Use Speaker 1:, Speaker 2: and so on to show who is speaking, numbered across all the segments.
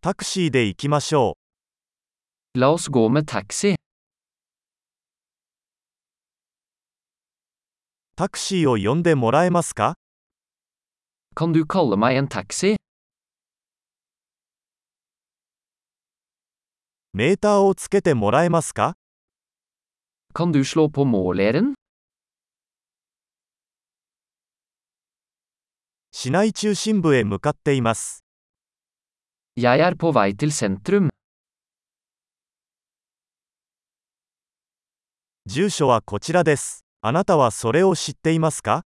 Speaker 1: タクシーで行きましょ
Speaker 2: La oss gå med taxi.
Speaker 1: う。タクシーを呼んでもらえますか
Speaker 2: Kan du kalle meg en taxi?
Speaker 1: メーターをつけてもらえますか
Speaker 2: Kan du slå på måleren?
Speaker 1: 市内中心部へ向かっています。
Speaker 2: Jeg er på vei til sentrum.
Speaker 1: 住所はこちらです。あなたはそれを知っていますか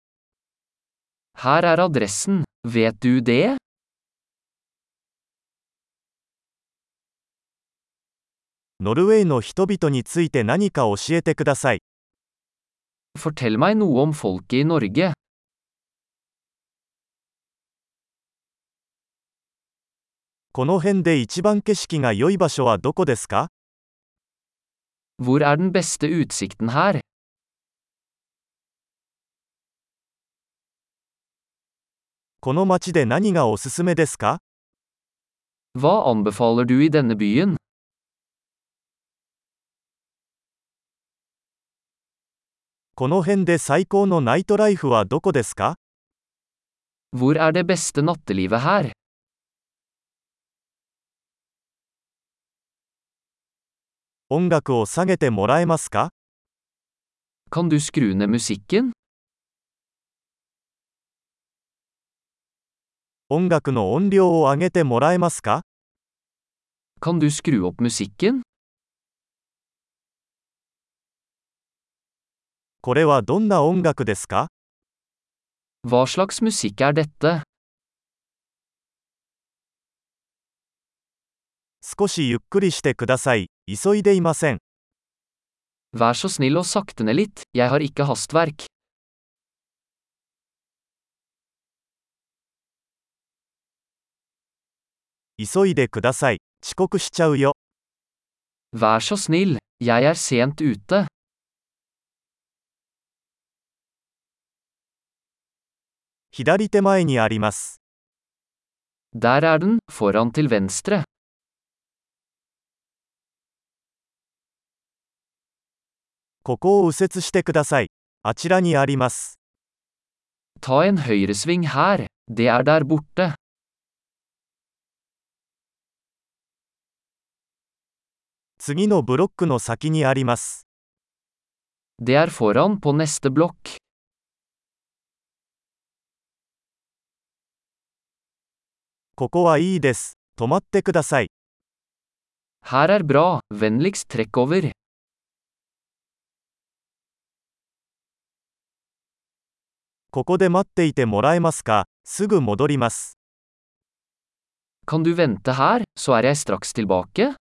Speaker 2: Her er adressen. Vet du det?
Speaker 1: ノルウェーの人々について何か教えてください。
Speaker 2: Fortell meg noe om folket i Norge.
Speaker 1: この辺で一番景色が良い場所はどこですか
Speaker 2: Hvor er den beste utsikten her?
Speaker 1: この街で何がおすすめですか
Speaker 2: Hva anbefaler du i denne byen?
Speaker 1: この辺で最高のナイトライフはどこですか
Speaker 2: Hvor er det beste nattelivet her?
Speaker 1: 音楽を下げてもらえますか
Speaker 2: Kan du skru ned musikken?
Speaker 1: 音楽の音量を上げてもらえますか
Speaker 2: Kan du skru opp musikken?
Speaker 1: これはどんな音楽ですか
Speaker 2: Hva slags musikk er dette?
Speaker 1: 少しゆっくりしてください。急いでいません。
Speaker 2: Vær så snill og sakte ned litt, jeg har ikke hastverk.
Speaker 1: 急いでください。遅刻しちゃうよ。
Speaker 2: Vær så snill, jeg er sent ute.
Speaker 1: 左手前にあります。
Speaker 2: Der er den, foran til venstre.
Speaker 1: ここを右折してください。あちらにあります。
Speaker 2: Ta en høyresving her. Det er der borte.
Speaker 1: 次のブロックの先にあります。
Speaker 2: Det er foran på neste blokk.
Speaker 1: ここはいいです。止まってください。
Speaker 2: Her er bra, vennligst trekk over.
Speaker 1: ここで待っていてもらえますかすぐ戻ります。
Speaker 2: Kan du vente her, så er jeg straks tilbake?